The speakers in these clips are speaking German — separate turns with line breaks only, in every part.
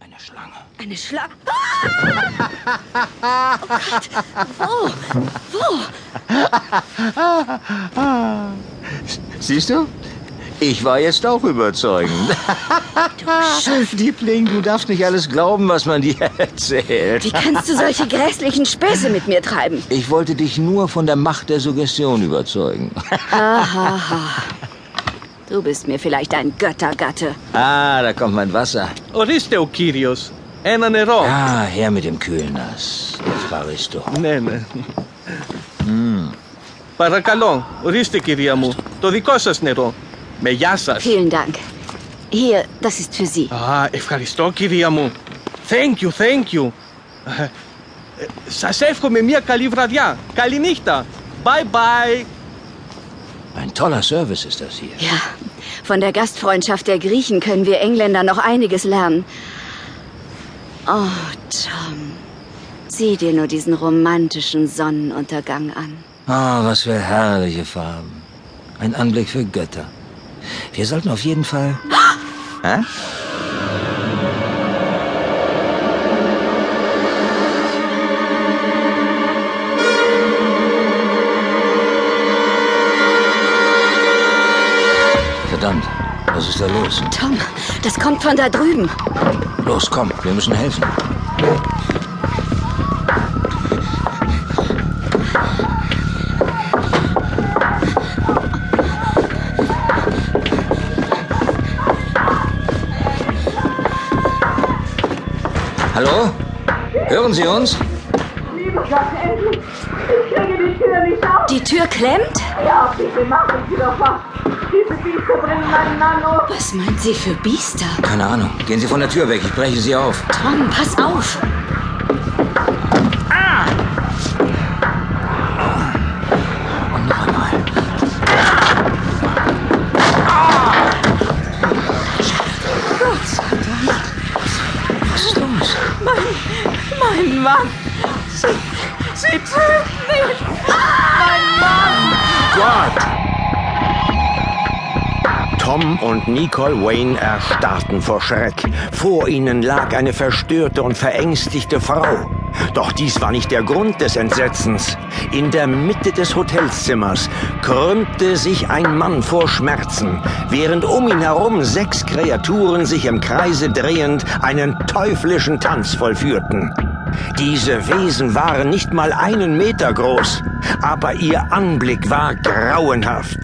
Eine Schlange.
Eine Schlange. Ah! Oh Gott. Wo?
Siehst du? Ich war jetzt auch überzeugend. Liebling, du darfst nicht alles glauben, was man dir erzählt.
Wie kannst du solche grässlichen Späße mit mir treiben?
Ich wollte dich nur von der Macht der Suggestion überzeugen.
Du bist mir vielleicht ein Göttergatte.
Ah, da kommt mein Wasser.
Oriste o Kyrios. Ένα νερό.
Ah, her mit dem Kühlnass. Jetzt fahrst du.
Ναι, ναι. Παρακαλώ, ορίστε κυρία μου, το δικό σας νερό. Με γεια σας.
Vielen Dank. Hier, das ist für Sie.
Α, ευχαριστώ κυρία μου. Thank you, thank you. Ε, ε, Σας εύχομαι μια καλή βραδιά. Καληνύχτα. Bye bye.
Ein toller Service ist das hier.
Ja, von der Gastfreundschaft der Griechen können wir Engländer noch einiges lernen. Oh, Tom, sieh dir nur diesen romantischen Sonnenuntergang an.
Ah, was für herrliche Farben. Ein Anblick für Götter. Wir sollten auf jeden Fall. Hä? Verdammt, was ist da los?
Tom, das kommt von da drüben.
Los, komm, wir müssen helfen. Hallo? Hören Sie uns?
Liebe Gott, endlich! Ich kriege die Tür nicht auf!
Die Tür klemmt?
Ja, bitte machen Sie doch was! Diese Biester bringen meinen Mann um!
Was meint sie für Biester?
Keine Ahnung. Gehen Sie von der Tür weg, ich breche Sie auf.
Tom, pass auf.
Und noch einmal. Was ist los?
Mein Mann! Sie, sie töten mich! Mein Mann!
Tom und Nicole Wayne erstarrten vor Schreck. Vor ihnen lag eine verstörte und verängstigte Frau. Doch dies war nicht der Grund des Entsetzens. In der Mitte des Hotelzimmers krümmte sich ein Mann vor Schmerzen, während um ihn herum sechs Kreaturen sich im Kreise drehend einen teuflischen Tanz vollführten. Diese Wesen waren nicht mal einen Meter groß, aber ihr Anblick war grauenhaft.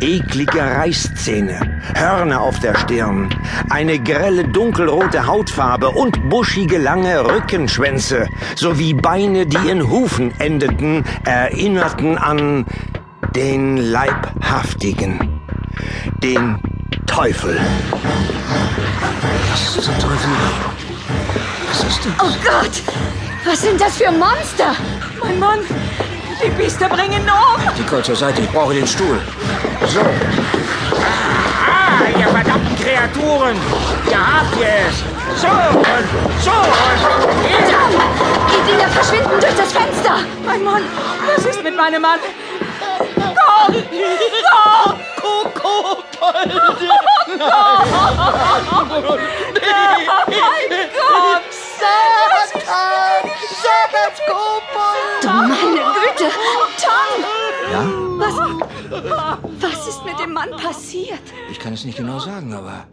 Eklige Reißzähne, Hörner auf der Stirn, eine grelle dunkelrote Hautfarbe und buschige lange Rückenschwänze sowie Beine, die in Hufen endeten, erinnerten an den Leibhaftigen, den Teufel.
Was zum Teufel? Was ist denn?
Oh Gott, was sind das für Monster?
Mein Mann! Die Biester bringen ihn um!
Nicole, zur Seite, ich brauche den Stuhl. So,
Ah, ihr verdammten Kreaturen! Ihr habt es! So und so und
Tom, die Dinger verschwinden durch das Fenster.
Mein Mann! Was ist mit meinem Mann? Gott! Gott! Kuckuck! Mein Gott!
Du meine Güte, Tom,
ja?
was ist mit dem Mann passiert?
Ich kann es nicht genau sagen, aber